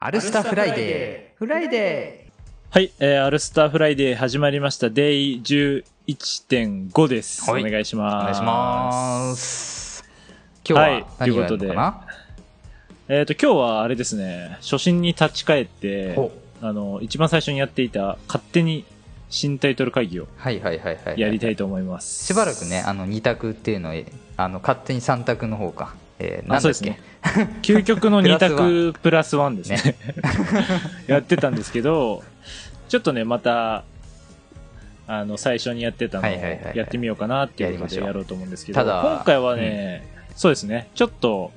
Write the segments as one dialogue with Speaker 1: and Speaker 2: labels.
Speaker 1: アルスタフライデー。フライデ
Speaker 2: はい、えー、アルスターフライデー始まりました。デイ11.5です。
Speaker 1: はい
Speaker 2: お願いしま
Speaker 1: ー。
Speaker 2: す。
Speaker 1: お願いします。今日は
Speaker 2: はい
Speaker 1: 何をやるのかな、
Speaker 2: えっ、と、今日はあれですね、初心に立ち返って、
Speaker 1: ほ
Speaker 2: あの、一番最初にやっていた勝手に新タイトル会議を
Speaker 1: はいはいはいはい。
Speaker 2: やりたいと思います。
Speaker 1: しばらくね、あの、二択っていうのを、えあの、勝手に三択の方か。えー、
Speaker 2: あ
Speaker 1: なんだ
Speaker 2: そ
Speaker 1: っ
Speaker 2: うです
Speaker 1: け
Speaker 2: ね。究極の2
Speaker 1: プラス
Speaker 2: 択プラスワンですね やってたんですけどちょっとねまたあの最初にやってたのを
Speaker 1: はいはいはいはい
Speaker 2: やってみようかなってい
Speaker 1: やり
Speaker 2: うこと
Speaker 1: まし
Speaker 2: で
Speaker 1: ょう
Speaker 2: やろうと思うんですけど
Speaker 1: ただ
Speaker 2: 今回はね、そうですねちょっと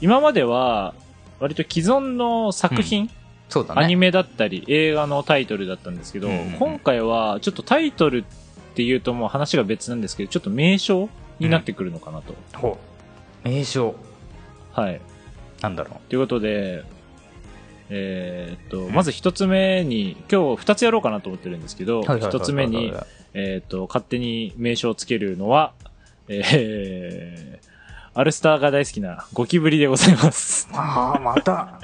Speaker 2: 今までは割と既存の作品、
Speaker 1: そうだね。
Speaker 2: アニメだったり映画のタイトルだったんですけど、
Speaker 1: うんうんうん
Speaker 2: 今回はちょっとタイトルっていうともう話が別なんですけどちょっと名称になってくるのかなと、
Speaker 1: ほう名称。
Speaker 2: はい
Speaker 1: なんだろ
Speaker 2: ということで、えーっと、
Speaker 1: ん
Speaker 2: まず一つ目に、今日二つやろうかなと思ってるんですけど、
Speaker 1: う。はいはいはいはいはい
Speaker 2: 一つ目に、えーっと、勝手に名称をつけるのは、えー、アルスターが大好きなゴキブリでございます。
Speaker 1: ああ、また。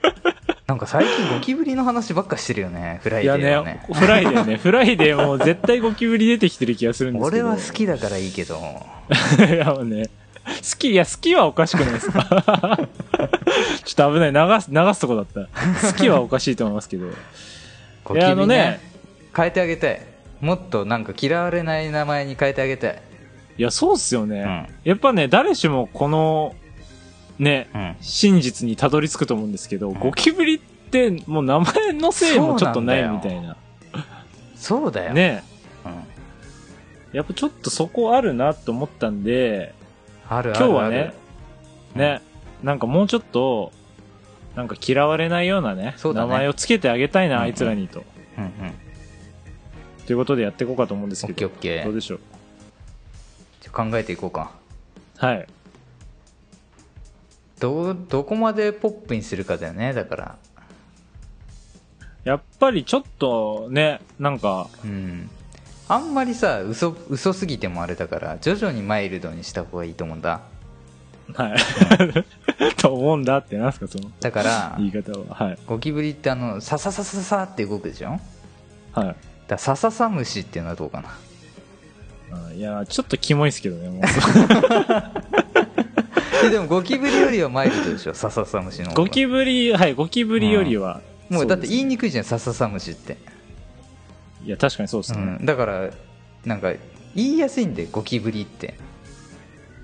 Speaker 1: なんか最近ゴキブリの話ばっかしてるよね、フライ
Speaker 2: い
Speaker 1: デ
Speaker 2: や
Speaker 1: ーは
Speaker 2: ね
Speaker 1: ね。、
Speaker 2: フライデーね、フライデーもう絶対ゴキブリ出てきてる気がするんですけ
Speaker 1: 俺
Speaker 2: ど。
Speaker 1: は好きだからいいけど。
Speaker 2: いや、もうね、好き、いや、好きはおかしくないですか ちょっと危ない、流す、流すとこだった。好きはおかしいと思いますけど。
Speaker 1: ゴ
Speaker 2: い
Speaker 1: キ
Speaker 2: や、あ
Speaker 1: ブ
Speaker 2: の
Speaker 1: リ
Speaker 2: ね
Speaker 1: ね、、変えてあげたい。もっとなんか嫌われない名前に変えてあげたい。
Speaker 2: いや、そうっすよね。
Speaker 1: うん。
Speaker 2: やっぱね、誰しもこの、ね、
Speaker 1: うん。
Speaker 2: 真実にたどり着くと思うんですけど、ゴキブリってもう名前のせいもちょっとないみたいな。
Speaker 1: そうだよ。。
Speaker 2: ね。
Speaker 1: うん。
Speaker 2: やっぱちょっとそこあるなと思ったんで、
Speaker 1: あるあるある。
Speaker 2: 今日はね、
Speaker 1: うん
Speaker 2: ね、なんかもうちょっと、なんか嫌われないようなね、
Speaker 1: そうだ
Speaker 2: 名
Speaker 1: ね
Speaker 2: 前をつけてあげたいな、
Speaker 1: うんうん
Speaker 2: あいつらにと。
Speaker 1: うんうん。
Speaker 2: ということでやっていこうかと思うんです
Speaker 1: オッ
Speaker 2: け
Speaker 1: ケー
Speaker 2: ど
Speaker 1: オ、ッケ
Speaker 2: どう
Speaker 1: ー。
Speaker 2: でしょう。
Speaker 1: じゃあ考えていこうか。
Speaker 2: はい。
Speaker 1: どう、どこまでポップにするかだよね、だから。
Speaker 2: やっぱりちょっとね、なんか、
Speaker 1: うん。あんまりさ、嘘、嘘すぎてもあれだから、徐々にマイルドにした方がいいと思うんだ。
Speaker 2: はい。 と思うんだって、なんすか、その
Speaker 1: だから
Speaker 2: 言、い方は。はい。
Speaker 1: ゴキブリってあの、サササササって動くでしょ
Speaker 2: はい。
Speaker 1: だからサササムシっていうのはどうかな。
Speaker 2: うんいやー、ちょっとキモいですけどね、 もう
Speaker 1: えでもゴキブリよりはマイルドでしょ、サササムシの方が。
Speaker 2: ゴキブリ、はい、ゴキブリよりは。
Speaker 1: もうだって言い
Speaker 2: い。
Speaker 1: にくいじゃん、サササムシって。
Speaker 2: いや、確かにそうです
Speaker 1: う
Speaker 2: ね。
Speaker 1: ん。だから、なんか、言いやすいんで、ゴキブリって。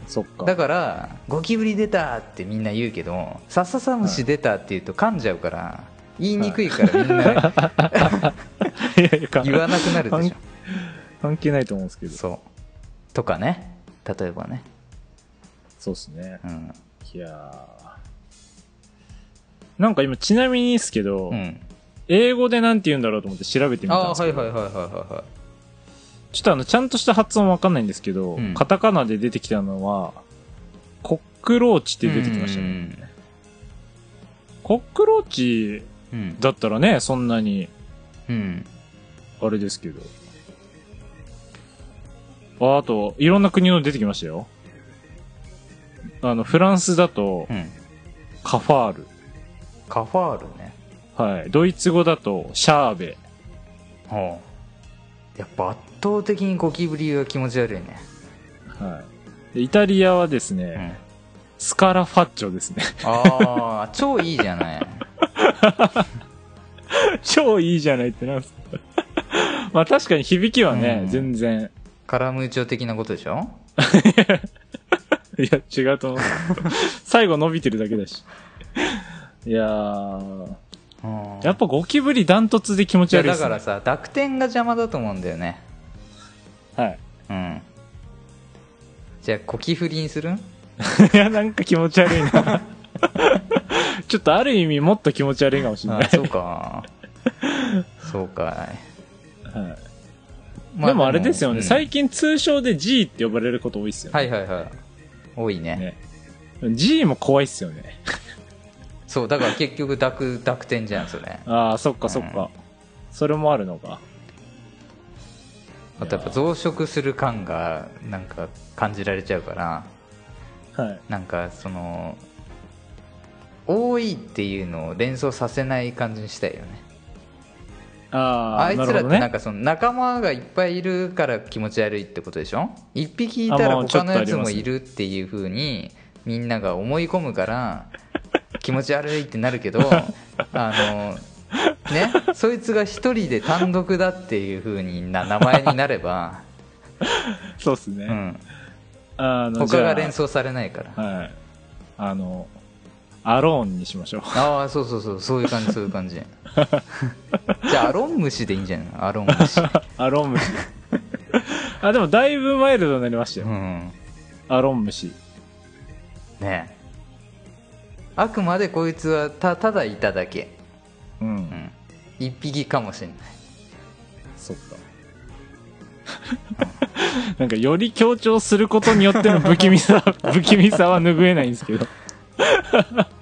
Speaker 2: そっか。
Speaker 1: だからゴキブリ出たってみんな言うけどサササムシ出たって言うと噛んじゃうから言いにくいからみんな
Speaker 2: いやいやか
Speaker 1: 言わなくなるでしょ
Speaker 2: 関係ないと思うんですけ ど。
Speaker 1: そうとかね例えばね、
Speaker 2: そうですね。
Speaker 1: うん
Speaker 2: いやーなんか今、ちなみにですけど、
Speaker 1: うん、
Speaker 2: 英語でなんて言うんだろうと思って調べてみたん
Speaker 1: あ
Speaker 2: で
Speaker 1: あ
Speaker 2: す
Speaker 1: は
Speaker 2: け
Speaker 1: い
Speaker 2: ど、
Speaker 1: はいはいはいはいは
Speaker 2: ちょっとあの、ちゃんとした発音わかんないんですけど、
Speaker 1: うん
Speaker 2: カタカナで出てきたのは、コックローチっ
Speaker 1: い
Speaker 2: て出てきましたね。コックローチ
Speaker 1: うんうん
Speaker 2: だったらね、そんなに
Speaker 1: うん
Speaker 2: あれですけど。ああと、いろんな国の出てきましたよ。あの、フランスだと
Speaker 1: う、ん
Speaker 2: カファール。
Speaker 1: カファールね
Speaker 2: はい。ドイツ語だと、シャーベ。
Speaker 1: ほうやっぱ圧倒的にゴキブリが気持ち悪いね、
Speaker 2: はい。でイタリアはですね、
Speaker 1: うん、
Speaker 2: スカラファッチョですね。
Speaker 1: ああ超いいじゃない
Speaker 2: 超いいじゃないってなんす まあ確かに響きはね、
Speaker 1: うん
Speaker 2: 全然、
Speaker 1: カラムーチョ的なことでしょ
Speaker 2: いや、違うと思う。 最後伸びてるだけだし。いやー、
Speaker 1: うん
Speaker 2: やっぱゴキブリダントツで気持ち
Speaker 1: じゃあ
Speaker 2: 悪いで
Speaker 1: だ
Speaker 2: す
Speaker 1: か
Speaker 2: ね。
Speaker 1: らさ濁点が邪魔だと思うんだよね
Speaker 2: はい。
Speaker 1: うんじゃあコキフリにする
Speaker 2: いや、なんか気持ち悪いな。 ちょっとある意味もっと気持ち悪いかもしれ
Speaker 1: あ
Speaker 2: ない。
Speaker 1: そうかそうか
Speaker 2: はい
Speaker 1: い、
Speaker 2: でもあれですよね、
Speaker 1: うん
Speaker 2: 最近通称で G って呼ばれること多いっすよね。
Speaker 1: はいはいはい多いね
Speaker 2: ね G も怖いっすよね。
Speaker 1: そうだから結局濁濁点じゃんそれ
Speaker 2: ああ、そっかそっか。それもあるのか。
Speaker 1: あとやっぱ増殖する感がなんか感じられちゃうから
Speaker 2: はい。
Speaker 1: なんかその多いっていうのを連想させない感じにしたいよね
Speaker 2: あー
Speaker 1: あいつらってなん
Speaker 2: か
Speaker 1: かその仲間がいっぱいいるから気持ち悪いってことでしょ一匹いた
Speaker 2: あ
Speaker 1: ら
Speaker 2: まあちょ
Speaker 1: 他
Speaker 2: っ
Speaker 1: の
Speaker 2: とあり
Speaker 1: や
Speaker 2: ます
Speaker 1: つも
Speaker 2: ね
Speaker 1: いるっていうふうにみんなが思い込むから気持ち悪いってなるけ どあのねそいつが一人で単独だっていうふうにな名前になれば、
Speaker 2: そうっすね、
Speaker 1: うん、
Speaker 2: あの
Speaker 1: 他が連
Speaker 2: じ
Speaker 1: 想されないから
Speaker 2: ゃあはいあのアローンにしましょう
Speaker 1: ああそうそうそうそういう感じそういう感じじゃあアロン虫でいいんじゃないアロン虫、
Speaker 2: アローン 虫あでもだいぶマイルドになりました
Speaker 1: う
Speaker 2: よ、
Speaker 1: ん、
Speaker 2: アローン虫
Speaker 1: ねえあくまでこいつはたただいただけ、
Speaker 2: うん、
Speaker 1: うん、一匹かもしれない
Speaker 2: そっか なんかより強調することによっての不気 味さ不気味さは拭えないんですけど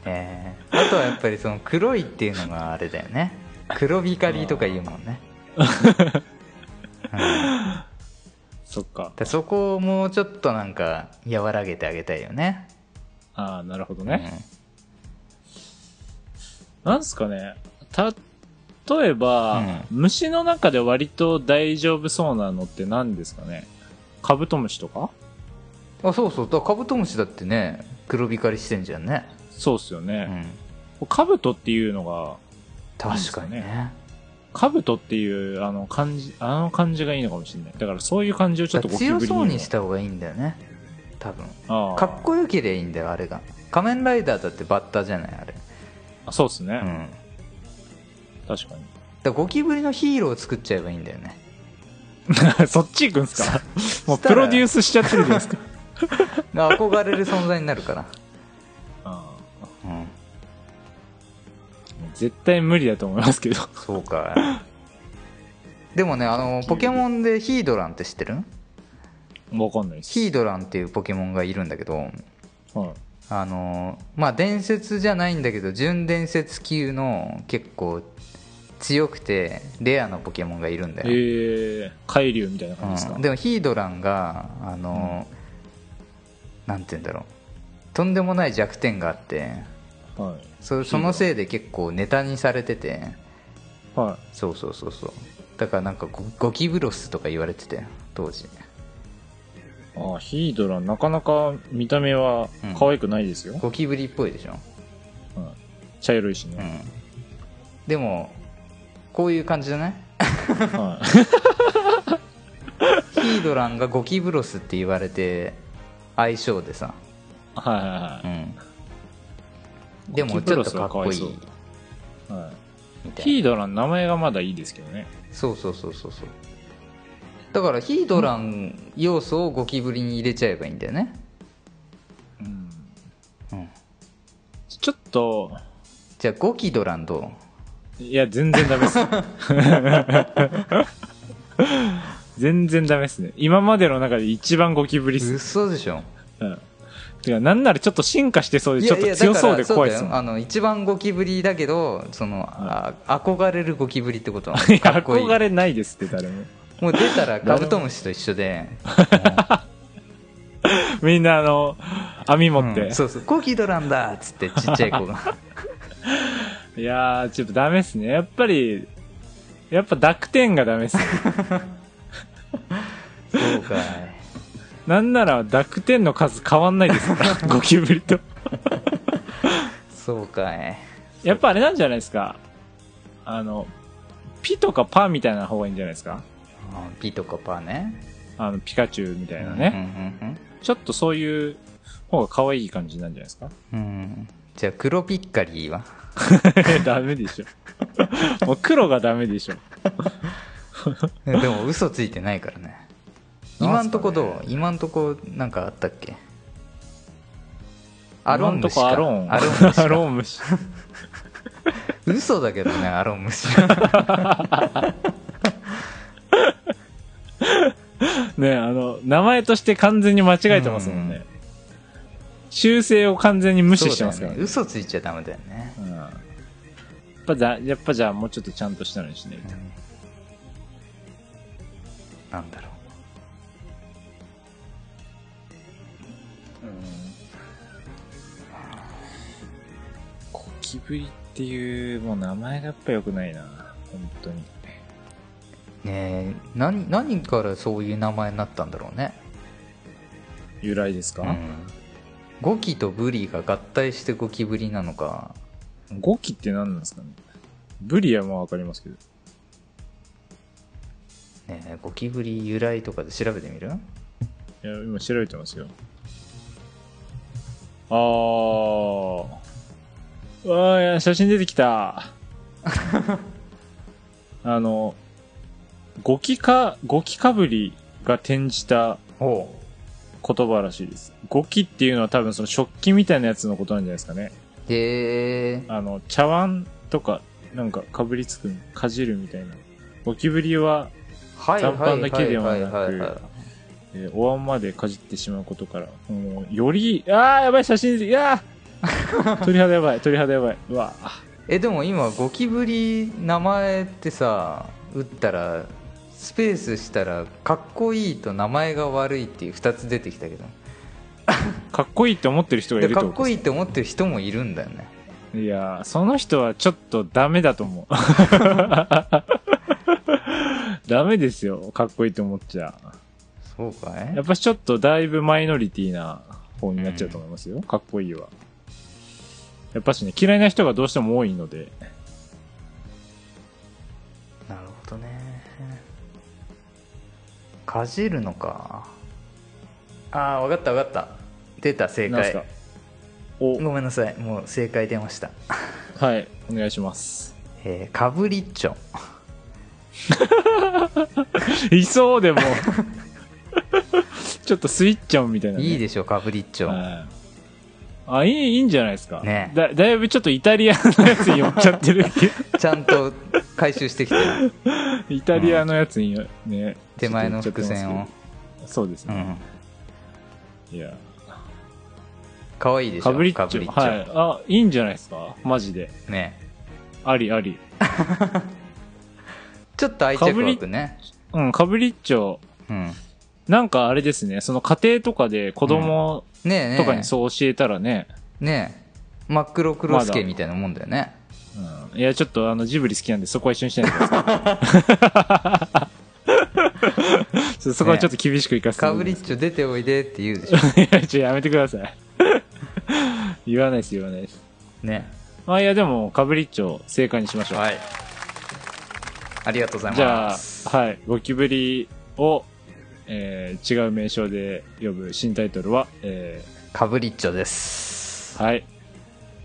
Speaker 1: ええあとはやっぱりその黒いっていうのがあれだよね黒光りとか言うもんね、うん、だか
Speaker 2: そっから
Speaker 1: そこをもうちょっとなんか和らげてあげたいよね
Speaker 2: ああなるほどね、なんすかね、た、例えば、虫の中で割と大丈夫そうなのって何ですかねカブトムシとか
Speaker 1: うんあそうそうだからカブトムシだってね黒光りしてんじゃんね、
Speaker 2: そうっすよ
Speaker 1: う
Speaker 2: ね。
Speaker 1: ん、
Speaker 2: カブトっていうのが、
Speaker 1: 確かにね
Speaker 2: カブトっていうあの漢字、あの漢字がいいのかもしれない。だからそういう漢字をちょっとゴキ
Speaker 1: 強
Speaker 2: ブリ
Speaker 1: そうにした方がいいんだよね多分
Speaker 2: あー
Speaker 1: かっこよければいいんだよあれが仮面ライダーだってバッタじゃないあれ
Speaker 2: あそうっすね、
Speaker 1: うんだか
Speaker 2: 確から
Speaker 1: ゴキブリのヒーローを作っちゃえばいいんだよね
Speaker 2: に。 そっち行くんすかもう
Speaker 1: した
Speaker 2: プ
Speaker 1: ら
Speaker 2: ロデュースしちゃってるじゃない ですか。
Speaker 1: 憧れる存在になるから、
Speaker 2: あー
Speaker 1: うん、
Speaker 2: 絶対無理だと思います けど。
Speaker 1: そうか でもねあのポケモンでヒードランって知ってる
Speaker 2: わかんないです。
Speaker 1: ヒードランっていうポケモンがいるんだけど
Speaker 2: はい
Speaker 1: あのまあ伝説じゃないんだけど純伝説級の結構強くてレアなポケモンがいるんだよ、
Speaker 2: えー、海流みたいな感じですか、
Speaker 1: うんでもヒードランがあの、なんて言うんだろうとんでもない弱点があって
Speaker 2: はい。
Speaker 1: そそのせいで結構ネタにされてて
Speaker 2: は
Speaker 1: そうそうそうそうだからなんかゴゴキブロスとか言われてて当時
Speaker 2: い。ああ、ヒードラ、なかなか見た目は可愛くないですよ。
Speaker 1: ゴキブリっぽいでしょ、
Speaker 2: 茶色いし
Speaker 1: う
Speaker 2: ね。
Speaker 1: ん、でもこういう感じじゃない
Speaker 2: はい。
Speaker 1: ヒードランがゴキブロスって言われて相性でさ、
Speaker 2: はいは
Speaker 1: うん、 で
Speaker 2: ゴ
Speaker 1: もち
Speaker 2: キブ
Speaker 1: ょ
Speaker 2: ロ
Speaker 1: っと
Speaker 2: ス
Speaker 1: か
Speaker 2: は
Speaker 1: っ
Speaker 2: か
Speaker 1: こ
Speaker 2: わい
Speaker 1: い
Speaker 2: そう
Speaker 1: い
Speaker 2: いはい。
Speaker 1: みたいな
Speaker 2: ヒードラの名前がまだいいですけどね。
Speaker 1: そうそうそうそうそうだからヒードラン要素をゴキブリに入れちゃえばいいんだよね、
Speaker 2: うん。
Speaker 1: うん、
Speaker 2: ちょっと、
Speaker 1: じゃあゴキドランど
Speaker 2: いや、全然ダ メです。全然ダメですね。今までの中で一番ゴキブリ
Speaker 1: う
Speaker 2: っす。
Speaker 1: 嘘でしょ
Speaker 2: うん。てか、なんならちょっと進化してそうで、ちょっと強そうで怖いっすもん。
Speaker 1: あの一番ゴキブリだけどその、あ憧れるゴキブリってこと
Speaker 2: いや
Speaker 1: かっこいい
Speaker 2: 憧れないですって、誰も。
Speaker 1: もう出たらカブトムシと一緒で
Speaker 2: みんな、あの、網
Speaker 1: う
Speaker 2: 持
Speaker 1: ん
Speaker 2: って。
Speaker 1: そうそうゴキドランだっつってちっちゃい子 が
Speaker 2: いやー、ちょっとダメっすね。やっぱり、やっぱ濁点がダメっす ね。
Speaker 1: そうかい
Speaker 2: なんなら濁点の数変わんないで すから、ゴキブリと。
Speaker 1: そうかい
Speaker 2: やっぱあれなんじゃないですか。あの、ピとかパみたいな方がいいんじゃないですか。
Speaker 1: あピとかパね
Speaker 2: あの、ピカチュウみたいなね。
Speaker 1: ねうんうんうん
Speaker 2: ちょっとそういう方が可愛い感じなんじゃないですか。
Speaker 1: うんじゃあ黒ピッカリーは
Speaker 2: ダメでしょ。もう黒がダメでしょ。
Speaker 1: でも嘘ついてないから ね今んとこどう、今んとこなんかあったっけアロン
Speaker 2: 今んと
Speaker 1: 虫
Speaker 2: こ
Speaker 1: か
Speaker 2: アロン。
Speaker 1: アロン 虫か
Speaker 2: アロン虫。
Speaker 1: 嘘だけどねアロン虫
Speaker 2: ねあの、名前として完全に間違えてますもん
Speaker 1: う
Speaker 2: ね。修正を完全に 無視してますから
Speaker 1: そうだよね嘘ついちゃダメだよね
Speaker 2: うんやっぱざやっぱじゃあもうちょっとちゃんとしたのにしないと、
Speaker 1: なんだろう
Speaker 2: こキブリっていう、もう名前がやっぱ良くないな。本当に。
Speaker 1: ねえ何何からそういう名前になったんだろうね、
Speaker 2: 由来です
Speaker 1: う
Speaker 2: か、
Speaker 1: ん、ゴキとブリが合体してゴキブリなのか
Speaker 2: ゴキって何なんですかねブリはまあわかりますけど。
Speaker 1: ねえゴキブリ由来とかで調べてみる
Speaker 2: いや、今調べてますよ。あー。うわーいや、写真出てきた。あの、ゴキか、ゴキかぶりが転じた
Speaker 1: おう
Speaker 2: 言葉らしいです。ゴキっていうのは多分その食器みたいなやつのことなんじゃないですかね。
Speaker 1: へえ
Speaker 2: あの、茶碗とか、なんかかぶりつく、かじるみたいな。ゴキブリは、
Speaker 1: はいはいはい
Speaker 2: 残飯だけではなく
Speaker 1: はいはいはい
Speaker 2: えーお椀までかじってしまうことから、もう、より、あー、やばい、写真出て、いやー 鳥肌やばい、鳥肌やばい。うわ
Speaker 1: えでも今ゴキブリ名前ってさ打ったらスペースしたらかっこいいと名前が悪いっていう2つ出てきたけど
Speaker 2: かっこいいって思ってる人がい
Speaker 1: で
Speaker 2: るっ
Speaker 1: か
Speaker 2: てこ
Speaker 1: っ
Speaker 2: と
Speaker 1: こ
Speaker 2: で
Speaker 1: いいって思ってる人もいるんだよね
Speaker 2: すいやー、その人はちょっとダメだと思う。 ダメですよ、かっこいいって思っちゃ
Speaker 1: そうか
Speaker 2: う。や
Speaker 1: い
Speaker 2: っぱちょっとだいぶマイノリティな方になっちゃうと思いますよ、かっこいいは。やっぱしね、嫌いな人がどうしても多いので、
Speaker 1: なるほどねかじるのかああ分かった分かった出た正
Speaker 2: なんすか
Speaker 1: 解。
Speaker 2: お、
Speaker 1: ごめんなさいもう正解出ました
Speaker 2: はい、お願いします。
Speaker 1: えーかぶりっちょ
Speaker 2: いそうでもちょっとスイッチョンみたいな、ね、
Speaker 1: いいでしょかぶりっちょ
Speaker 2: はいあいいいいんじゃないですか、
Speaker 1: ね
Speaker 2: だだいぶちょっとイタリアのやつに寄っち ゃってるけど
Speaker 1: ちゃんと回収してきてる
Speaker 2: イタリアのやつによね
Speaker 1: 手前の伏線を
Speaker 2: ちょっと寄っちゃってますけどそうです
Speaker 1: う
Speaker 2: ね、
Speaker 1: ん
Speaker 2: いや
Speaker 1: 可愛いでしょ
Speaker 2: かぶりっち
Speaker 1: か
Speaker 2: ょ
Speaker 1: ぶりっちょ
Speaker 2: はいあいいんじゃないですかマジで
Speaker 1: ね
Speaker 2: ありあり
Speaker 1: ちょっと愛着枠ね
Speaker 2: うんかぶりっちょ
Speaker 1: うんね
Speaker 2: なんかあれですねその家庭とかで子供
Speaker 1: えねえ
Speaker 2: とかにそう教えたらね、
Speaker 1: ねえ真っ黒クロスケみたいなもんだよね、
Speaker 2: うん、いやちょっとあのジブリ好きなんでそこは一緒にしたい んですかちょっとそこはちょっと厳しくいかせて
Speaker 1: か
Speaker 2: も
Speaker 1: ぶ
Speaker 2: らい
Speaker 1: り
Speaker 2: ま
Speaker 1: っ
Speaker 2: す
Speaker 1: ちょ出ておいでって言うでしょ
Speaker 2: いやちょやめてください言わないです言わないです
Speaker 1: ね
Speaker 2: まあいやでもかぶりっちょ正解にしましょう、
Speaker 1: はいありがとうございます
Speaker 2: じゃあはいゴキブリを、えー違う名称で呼ぶ新タイトルは、え
Speaker 1: かぶりっちょです
Speaker 2: ーはい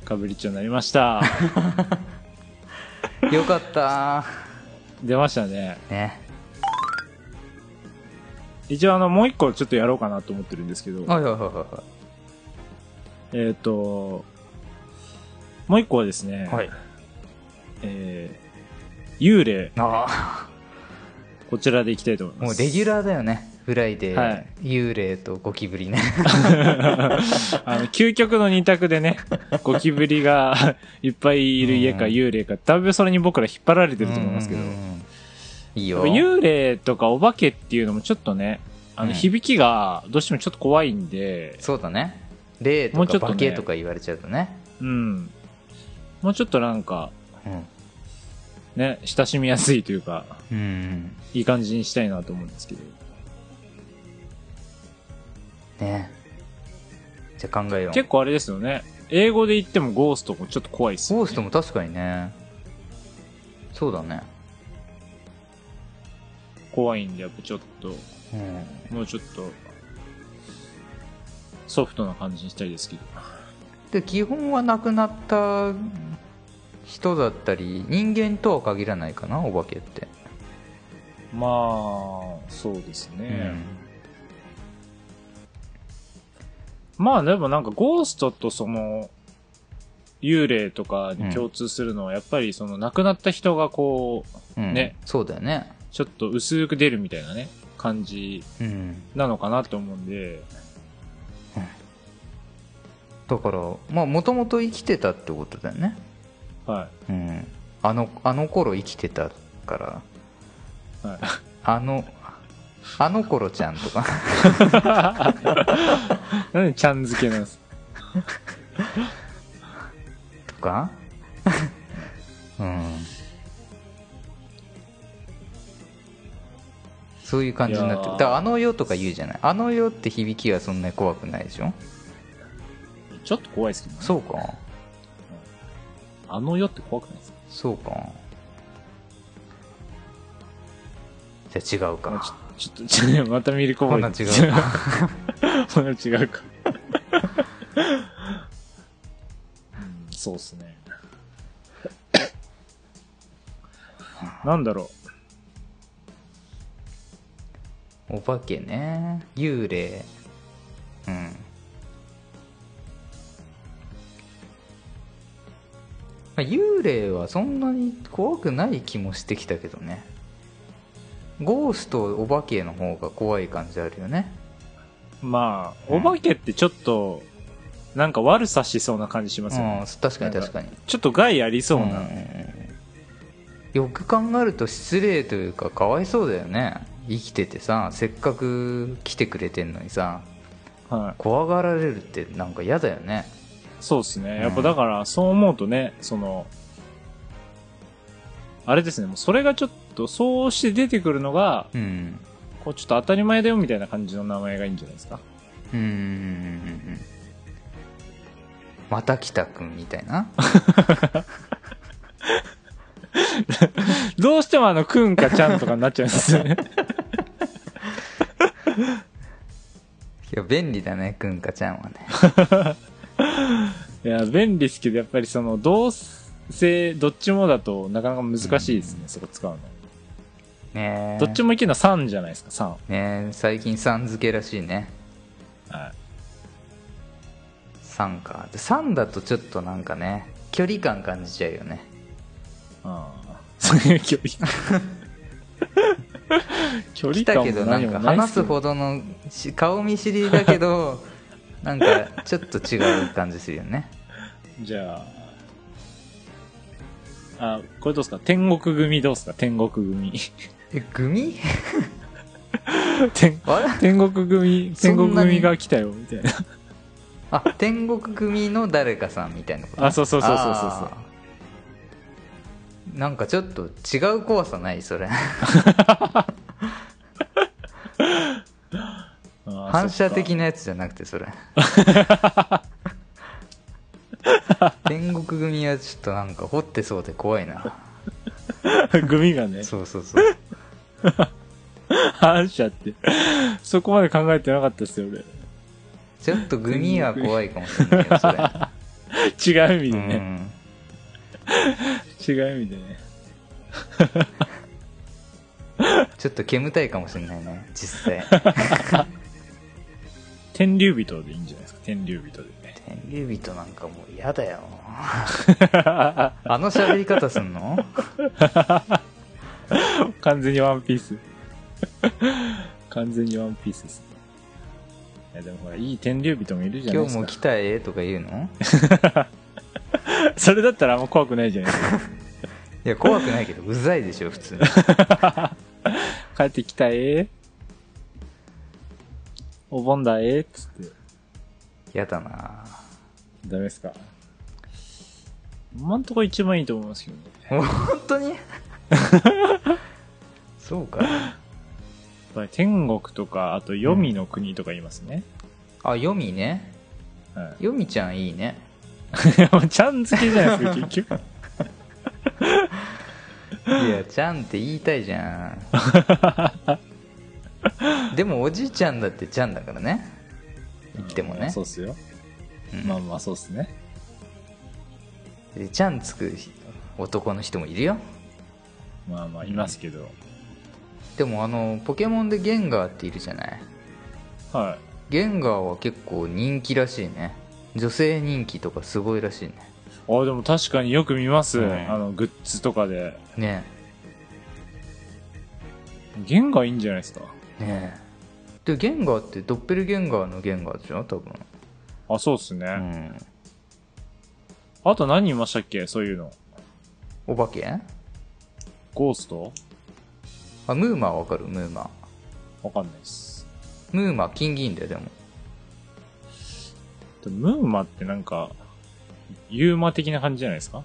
Speaker 2: かぶりっちょになりました
Speaker 1: よかった
Speaker 2: 出ましたね
Speaker 1: ね
Speaker 2: 一応あのもう一個ちょっとやろうかなと思ってるんですけど
Speaker 1: はいはいはいは
Speaker 2: えっ、と、もう一個はですね、
Speaker 1: いはい
Speaker 2: えー幽霊、
Speaker 1: あ
Speaker 2: こちらでいきたいと思い
Speaker 1: あ
Speaker 2: ます。
Speaker 1: もうレギュラーだよねフライデー、
Speaker 2: はい
Speaker 1: 幽霊とゴキブリね
Speaker 2: あの、究極の二択で ね、ゴキブリが いっぱいいる家か
Speaker 1: うん
Speaker 2: 幽霊か、だいぶそれに僕ら引っ張られてると思いますけど、
Speaker 1: うんう
Speaker 2: やっ
Speaker 1: んうんいい
Speaker 2: ぱ
Speaker 1: よ
Speaker 2: 幽霊とかお化けっていうのもちょっとね、あ
Speaker 1: う
Speaker 2: の、
Speaker 1: ん
Speaker 2: 響きがどうしてもちょっと怖いんで、
Speaker 1: そうだね霊
Speaker 2: も
Speaker 1: と
Speaker 2: うちょ
Speaker 1: か
Speaker 2: っとね
Speaker 1: 化けとか言われちゃうとね
Speaker 2: うん。もうちょっとなんか、
Speaker 1: うん
Speaker 2: ね、親しみやすいというか、
Speaker 1: うん
Speaker 2: いい感じにしたいなと思うんですけど。
Speaker 1: ねじゃあ考えよう
Speaker 2: 結構あれですよね。英語で言ってもゴーストもちょっと怖いっすよ、ね。
Speaker 1: ゴーストも確かにねそうだね
Speaker 2: 怖いんで、やっぱちょっと、
Speaker 1: うん
Speaker 2: もうちょっと、ソフトな感じにしたいですけど。
Speaker 1: で基本は亡くなった人だったり人間とは限らないかなお化けって、
Speaker 2: まあ、そうです
Speaker 1: う
Speaker 2: ね。
Speaker 1: ん、
Speaker 2: まあでもなんかゴーストとその、幽霊とかに共通するのは、やっぱりその亡くなった人がこう、
Speaker 1: うん
Speaker 2: ね
Speaker 1: そうだよね
Speaker 2: ちょっと薄く出るみたいなね、感じ
Speaker 1: うん
Speaker 2: なのかなと思うんで、
Speaker 1: だからまあもともと生きてたってことだよね
Speaker 2: は
Speaker 1: うんあのあの頃生きてたから
Speaker 2: い。はい。
Speaker 1: あのあの頃ちゃんとか
Speaker 2: なんでちゃん付けなんです
Speaker 1: とかうんそういう感じになって
Speaker 2: い
Speaker 1: る
Speaker 2: やー
Speaker 1: だからあの世とか言うじゃないあの世って響きはそんなに怖くないでしょ
Speaker 2: ちょっと怖いですけど、ね、
Speaker 1: そうか
Speaker 2: あの世って怖くないですか
Speaker 1: そうかじゃあ違う
Speaker 2: まあ
Speaker 1: か
Speaker 2: ちょちょっと、ちょっとまたミルコボーイ。
Speaker 1: ほな 違う
Speaker 2: ほな違うか。うんそうっすね。 なんだろ
Speaker 1: お化けね幽霊うんまあ幽霊はそんなに怖くない気もしてきたけどねゴーストお化けの方が怖い感じあるよね
Speaker 2: う。まあ、
Speaker 1: う
Speaker 2: お
Speaker 1: ん
Speaker 2: 化けってちょっと、なんか悪さしそうな感じしますよね。
Speaker 1: うん確かに確かに
Speaker 2: ちょっと害ありそうな。
Speaker 1: うんよく考えると失礼というかかわいそうだよね生きててさせっかく来てくれてんのにさ
Speaker 2: はい。
Speaker 1: 怖がられるってなんか嫌だよね
Speaker 2: そうですね。やっ
Speaker 1: う
Speaker 2: ぱ
Speaker 1: ん
Speaker 2: だから、そう思うとね、その、あれですね、もうそれがちょっと、そうして出てくるのが、
Speaker 1: うん
Speaker 2: こうちょっと当たり前だよみたいな感じの名前がいいんじゃないですか。
Speaker 1: うんうんうんうんまた来たくんみたいな
Speaker 2: どうしてもあの、くんかちゃんとかになっちゃうんですよね。
Speaker 1: いや便利だねくんかちゃんはね
Speaker 2: いや、便利ですけど、やっぱりその、同性、どっちもだとなかなか難しいですね、そこ使うの。
Speaker 1: ねえ
Speaker 2: どっちもいけるのは3じゃないですか、3。
Speaker 1: ねえ最近さん付けらしいね
Speaker 2: はい。
Speaker 1: さんかさんだとちょっとなんかね距離感感じちゃうよね
Speaker 2: あーそういう距離。 距離
Speaker 1: 来た
Speaker 2: 感
Speaker 1: けど
Speaker 2: も
Speaker 1: な
Speaker 2: 何
Speaker 1: んか
Speaker 2: もないっ
Speaker 1: 話
Speaker 2: す
Speaker 1: す
Speaker 2: よ
Speaker 1: ほどのし顔見知りだけどなんかちょっと違う感じするよね
Speaker 2: じゃあ、あ、これどうですか天国組どうですか天国組。
Speaker 1: えグミ
Speaker 2: 天
Speaker 1: あれ
Speaker 2: 天国組、
Speaker 1: そ
Speaker 2: 天
Speaker 1: んなに
Speaker 2: 国組が来たよ、みたいな。
Speaker 1: あ天国組の誰かさんみたいなこと
Speaker 2: あそうそうそうそうそうそう
Speaker 1: あーなんかちょっと違う怖さないそれ
Speaker 2: あー
Speaker 1: 反射
Speaker 2: そっか
Speaker 1: 的なやつじゃなくて それ天国組はちょっとなんか掘ってそうで怖いな
Speaker 2: グミがね、
Speaker 1: そうそうそう
Speaker 2: 反射って。そこまで考えてなかったですよ、俺。
Speaker 1: ちょっとグミは怖いかもしれないよそ れ
Speaker 2: 違う意味
Speaker 1: う
Speaker 2: でね。
Speaker 1: ん
Speaker 2: 違う意味でね。
Speaker 1: ちょっと煙たいかもしれないね実際
Speaker 2: 天竜人でいいんじゃないですか、天竜人でね。
Speaker 1: 天竜人なんかもう嫌だよあの喋り方すんの
Speaker 2: 完全にワンピース。 完全にワンピースですね。いや、でもほら、いい天竜人もいるじゃない
Speaker 1: 今
Speaker 2: です
Speaker 1: 日
Speaker 2: か。
Speaker 1: も来たえとか言うの
Speaker 2: それだったらあんま怖くないじゃないですか。
Speaker 1: いや怖くないけどうざいでしょ普通に
Speaker 2: 帰ってきたえお盆だえつって。
Speaker 1: 嫌だな
Speaker 2: ダメですか今んとこ一番いいと思いますけどね。
Speaker 1: もう本当 にそうか
Speaker 2: やっぱり天国とか、あと黄泉の国とか言いますね。
Speaker 1: あヨミね
Speaker 2: は
Speaker 1: ヨミちゃんいいね
Speaker 2: い。もうちゃん付けじゃないですか、結 局。
Speaker 1: いやちゃんって言いたいじゃ んでもおじいちゃんだってちゃんだからね言ってもね
Speaker 2: そうっすよ。
Speaker 1: うん
Speaker 2: まあまあ、そうっすね。
Speaker 1: でちゃんつく男の人もいるよ
Speaker 2: まあまあ、いますけど。
Speaker 1: でもあのポケモンでゲンガーっているじゃない
Speaker 2: は
Speaker 1: ゲンガーは結構人気らしいね女性人気とかすごいらしいね
Speaker 2: い。あ、でも確かによく見ます。
Speaker 1: うん
Speaker 2: あの、グッズとかで。
Speaker 1: ね
Speaker 2: ゲンガいいんじゃないですか。
Speaker 1: えねえでゲンガーってドッペルゲンガーのゲンガーでしょ多分
Speaker 2: あ、そうっすね。
Speaker 1: うん
Speaker 2: あと何いましたっけそういうの。
Speaker 1: お化けあ
Speaker 2: ゴースト
Speaker 1: ムーマーわかるムーマー
Speaker 2: わかんないっす。
Speaker 1: ムーマー金銀だよでも
Speaker 2: でもムーマってなんか、ユーマ的な感じじゃないですか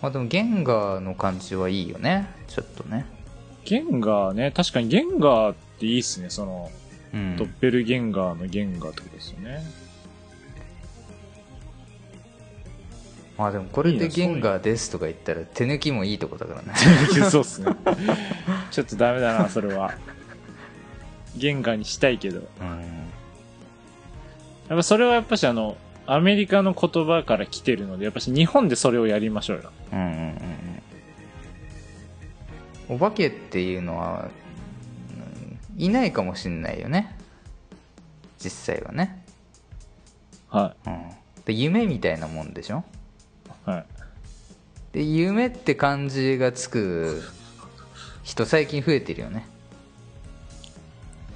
Speaker 1: まあでもゲンガーの感じはいいよねちょっとね
Speaker 2: ゲンガーね、確かにゲンガーっていいっすね、その、
Speaker 1: うん
Speaker 2: ドッペルゲンガーのゲンガーってことです よね。
Speaker 1: まあでもこれ
Speaker 2: いい
Speaker 1: で
Speaker 2: ねそうい
Speaker 1: ゲ
Speaker 2: う
Speaker 1: ンガーですとか言ったら手抜きもいいとこだからね
Speaker 2: そうっす ね。ちょっとダメだな、それは。ゲンガーにしたいけど。
Speaker 1: うん
Speaker 2: やっぱそれはやっぱしあの、アメリカの言葉から来てるので、やっぱし日本でそれをやりましょうよ。
Speaker 1: うんうんうんうんお化けっていうのはうんいないかもしんないよね実際はね、
Speaker 2: は
Speaker 1: うん、で夢みたいなもんでしょ
Speaker 2: い。はい。
Speaker 1: で夢って漢字がつく人最近増えてるよね、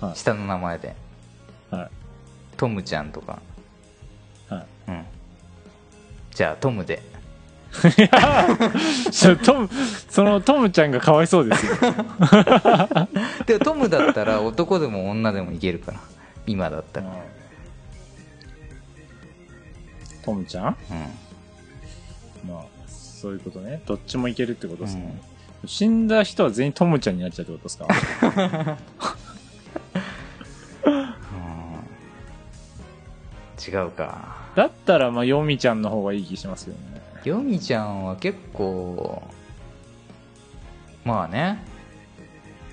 Speaker 2: はい
Speaker 1: 下の名前で
Speaker 2: は
Speaker 1: トムちゃんとか
Speaker 2: い。はい。
Speaker 1: うんじゃあトムで
Speaker 2: それトム、そのトムちゃんがかわいそうですよ。
Speaker 1: でもトムだったら男でも女でもいけるから今だったら
Speaker 2: トムちゃん
Speaker 1: うん
Speaker 2: まあ、そういうことね。どっちもいけるってことです
Speaker 1: う
Speaker 2: ね
Speaker 1: ん。
Speaker 2: 死んだ人は全員トムちゃんになっちゃうってことですか
Speaker 1: 違うか
Speaker 2: だったら、まあ、ヨミちゃんの方がいい気しますけどね。
Speaker 1: ヨミちゃんは結構まあね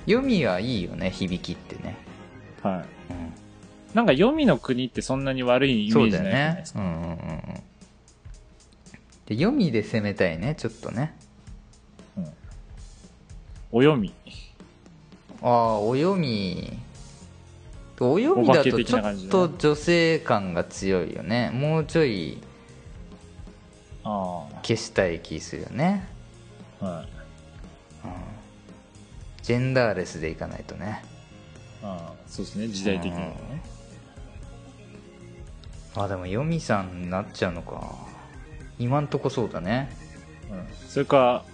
Speaker 1: ヨミはいいよね響きってね、
Speaker 2: はい。
Speaker 1: うん
Speaker 2: なんか、ヨミの国ってそんなに悪いイメ
Speaker 1: そ
Speaker 2: ー
Speaker 1: う
Speaker 2: ジな
Speaker 1: だ
Speaker 2: い
Speaker 1: よ
Speaker 2: じゃない
Speaker 1: ね
Speaker 2: です
Speaker 1: う
Speaker 2: か。
Speaker 1: んうんうんうんで読みで攻めたいねちょっとね
Speaker 2: おヨミ。
Speaker 1: ああお読みお読み
Speaker 2: お
Speaker 1: だ
Speaker 2: 化け
Speaker 1: と
Speaker 2: 的
Speaker 1: ちょ
Speaker 2: な感じ
Speaker 1: っ
Speaker 2: ね
Speaker 1: と女性感が強いよねもうちょい
Speaker 2: あ
Speaker 1: 消したい気するよね、
Speaker 2: あ。
Speaker 1: う
Speaker 2: はい。
Speaker 1: ん、ジェンダーレスでいかないとね
Speaker 2: ああ、そうですね。時代的にはね。
Speaker 1: あでもヨミさんになっちゃうのか今んとこそうだね
Speaker 2: うん。それか、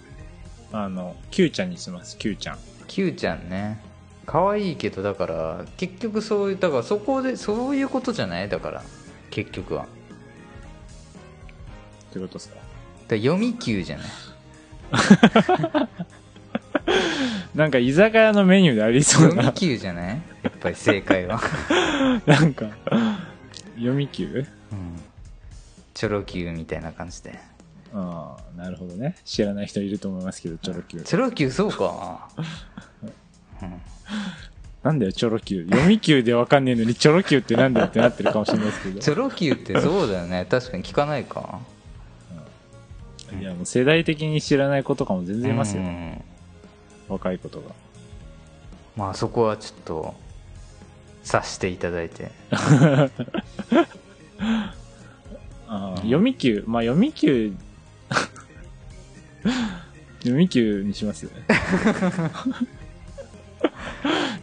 Speaker 2: あの、キューちゃんにします。キューちゃん。
Speaker 1: キューちゃんね可愛いけどだから結局そういうだからそこでそういうことじゃないだから結局は
Speaker 2: ってことですか。
Speaker 1: だ読みキューじゃない
Speaker 2: なんか、居酒屋のメニューでありそう
Speaker 1: 読
Speaker 2: な
Speaker 1: み。キューじゃないやっぱり正解 は、
Speaker 2: なんか、読み級
Speaker 1: うん、チョロキューみたいな感じで
Speaker 2: ああ、なるほどね。知らない人いると思いますけど、チョロ級。
Speaker 1: チョロキューそうか、うん
Speaker 2: なんだよ、チョロ級。読み級でわかんねえのに、チョロ級ってなんだよってなってるかもしれないですけ
Speaker 1: チョロキューってそうだよね確かに聞かないか
Speaker 2: ど。いや、もう世代的に知らない子とかも全然いますよ
Speaker 1: う。ん
Speaker 2: 若い子とか。
Speaker 1: まあそこはちょっと察していただいて
Speaker 2: ああ読み級。まあ、読み級。 読み級にします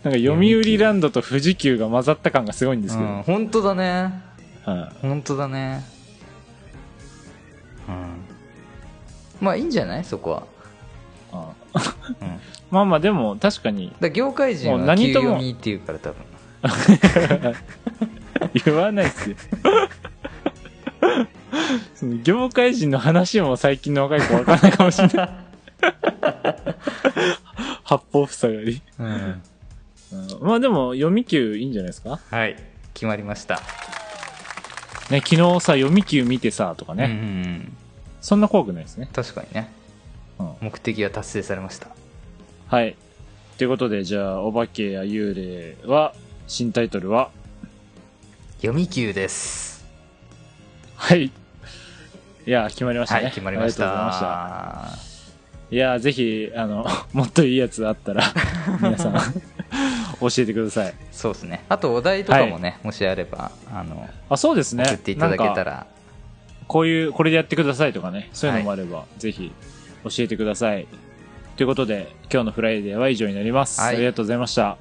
Speaker 2: なんか、読売ランドと富士急が混ざった感がすごいんですけど。
Speaker 1: うん、本当だね
Speaker 2: はい
Speaker 1: 本当だねうんまあいいんじゃないそこは、
Speaker 2: あ
Speaker 1: うん、だか
Speaker 2: あ まあまあ、でも、確かに、
Speaker 1: ら業界人
Speaker 2: も
Speaker 1: は
Speaker 2: う
Speaker 1: 何
Speaker 2: 何とも
Speaker 1: 読みっていうから多分
Speaker 2: 言わないっ すよ。その業界人の話も最近の若い子わかんないかもしれ ない。八方塞がり。
Speaker 1: うん
Speaker 2: うんまあでも、読み級いいんじゃないですか
Speaker 1: はい決まりました
Speaker 2: ね、昨日さ、読み級見てさ、とかね。
Speaker 1: うんうんうん
Speaker 2: そんな怖くないですね。
Speaker 1: 確かにね
Speaker 2: うん
Speaker 1: 目的は達成されました
Speaker 2: はい。ということで、じゃあ、お化けや幽霊は、新タイトルは、
Speaker 1: 読み級です
Speaker 2: はい。いや、決まりました
Speaker 1: は
Speaker 2: ね。
Speaker 1: い決まりまし
Speaker 2: ありがとうございました。
Speaker 1: た
Speaker 2: いやー、ぜひ、あの、 もっといいやつあ ったら、皆さん、教えてください。
Speaker 1: そうですねあとお題とかもね、もしあればあの
Speaker 2: あ、そうですね。
Speaker 1: 送っていただけ
Speaker 2: な
Speaker 1: た
Speaker 2: んからこういう、これでやってくださいとかね、そういうのもあれば、ぜひ、教えてください。ということで、今日のフライデーは以上になります。
Speaker 1: はい
Speaker 2: ありがとうございました。